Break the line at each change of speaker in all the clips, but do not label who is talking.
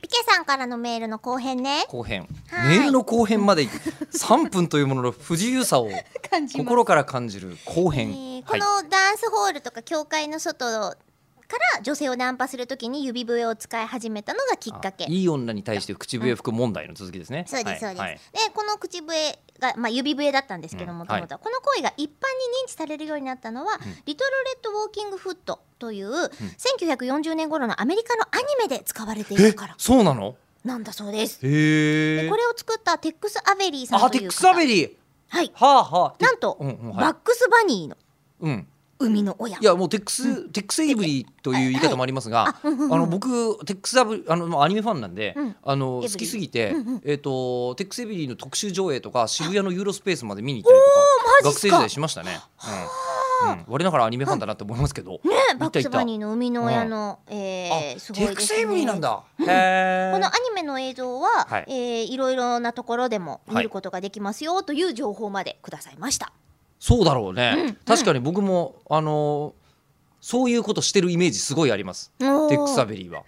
けさんからのメールの後編ね
後編
はい
メールの後編まで 3分というものの不自由さを
感じます
心から感じる後
え
編、
ーこ
はい、
のダンスホールとか教会の外から女性をナンパするときに指笛を使い始めたのがきっかけ
あいい女に対して口笛吹く問題の続きですね、
そうですそうです、
はいはい
でこの口笛が、まあ、指笛だったんですけども
うん
ともとはこの行為が一般に認知されるようになったのは「リトル・レッド・ウォーキング・フット」という、1940年頃のアメリカのアニメで使われてい
え
たから
そうなの
なんだそうです
へえ
これを作ったテックス・アベリーさん
あ
と
テ
い
ッ
う
クサベ
リ
リー
はい
はあはあ
なんと、
うんうんはい
バックス・バニーの
うん
生みの親
いやもうテックス、テックスエイブリーという言い方もありますが、
あうんうんうん
あの僕テックスダブあのまあアニメファンなんで、
うん
あの
エブリ
好
ー
きすぎて、
うんうん
えっ、とテックスエイブリーの特集上映とか渋谷のユーロスペースまで見に行ったりと
おー
か
マジっ
学
す
生
か
時代しましたね。うん、うん、我ながらアニメファンだなって思いますけど。
ね
いた
バックス・バニーの生みの親
うん
の、えー
あ、
すごい
テッ
で
ク
す
ス
ね
エイブリーなんだ。へ
この
ー
アニメの映像は、
はい
いえーいろいろなところでも
は
見
い
ることができますよという情報までくださいました。
そうだろうね、
うん
確かに僕もあのーそういうことしてるイメージすごいあります。
テ
テックサ
ベ
ベリーは。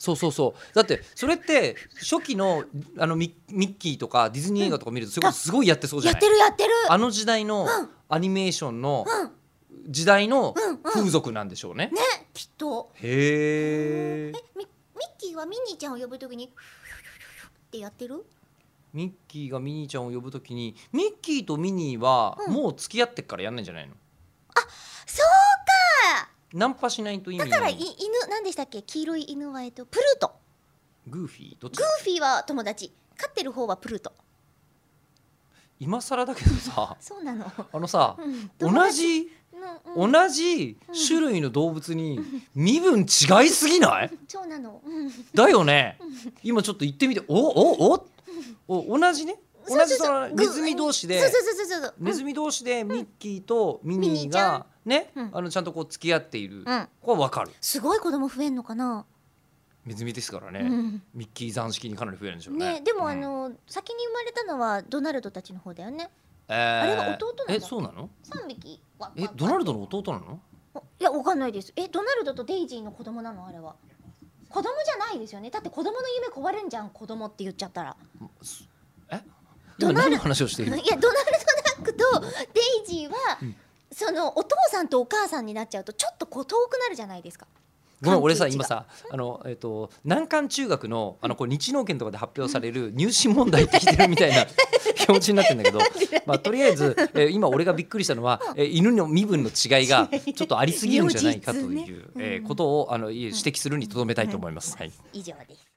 そうそうそうだってそれって初期のあのミミッキーとかディズニー映画とか見るとそういうことすごいやってそうじゃ
やっ
ない
てるやってる。
あの時代のアニメーションの時代の風俗なんでしょうね。
ねきっと。
へえ
え。ミミッキーはミニーちゃんを呼ぶときにってやってる？
ミッキーがミニーちゃんを呼ぶときにミッキーとミニーは
うん
もう付き合ってっからやんないんじゃないの
そう
ナンパしないと意味
か。だから
ない
い犬なんでしたっけ？黄色い犬はえっとプルート。
グーフィーどっち
グーフィーは友達。飼ってる方はプルート。
今更だけどさ
そうなの。
あのさ
うん
同。
友
じ
達うんうん
同じ種類の動物に身分違いすぎない
そうなの。うん
だよね。今ちょっと言ってみて、おおおお、同じね。
そう
同じ
そう
そ
そう
のネズミ同士で
そう、そうそうそうそう。
ネズミ同士でミッキーとミ
ミニ
ニ
ー
ー
ちゃん
がね
うん、
あのちゃんとこう付き合っている。
うん。
これはわかる。
すごい子供増えんのかな。
ネズミですから
う
ね。
ん。
ミッキー斬式にかなり増えるんでしょうね。
ね、でも、
うん
あ、の先に生まれたのはドナルドたちの方だよね。
あ
れは弟なんだ
え、そうなの？
三匹は。
え、ドナルドの弟なの？
ド。いや、わかんないです。え、ドナルドとデイジーの子供なの、あれは。子供じゃないですよね。だって子供の夢壊れんじゃん、子供って言っちゃったら。ド
今
ナル
何の話をして
い
い
や、ド
る？
ナルドダックとデイジーは
ん。
そのお父さんとお母さんになっちゃうとちょっとこう遠くなるじゃないですか。
ごめん、俺さ
関係値
今
が
さ、あのえっと難関中学のあのこう日農研とかで発表される入試問題って聞いてるみた いな気持ちになってんだけど、まあとりあえず、えー今俺がびっくりしたのは、えー犬の身分の違 いがちょっとありすぎるんじゃないかと
違い
い
ね
う、えーことをあのいえ指摘するにとどめたいと思います。はい。
以上です。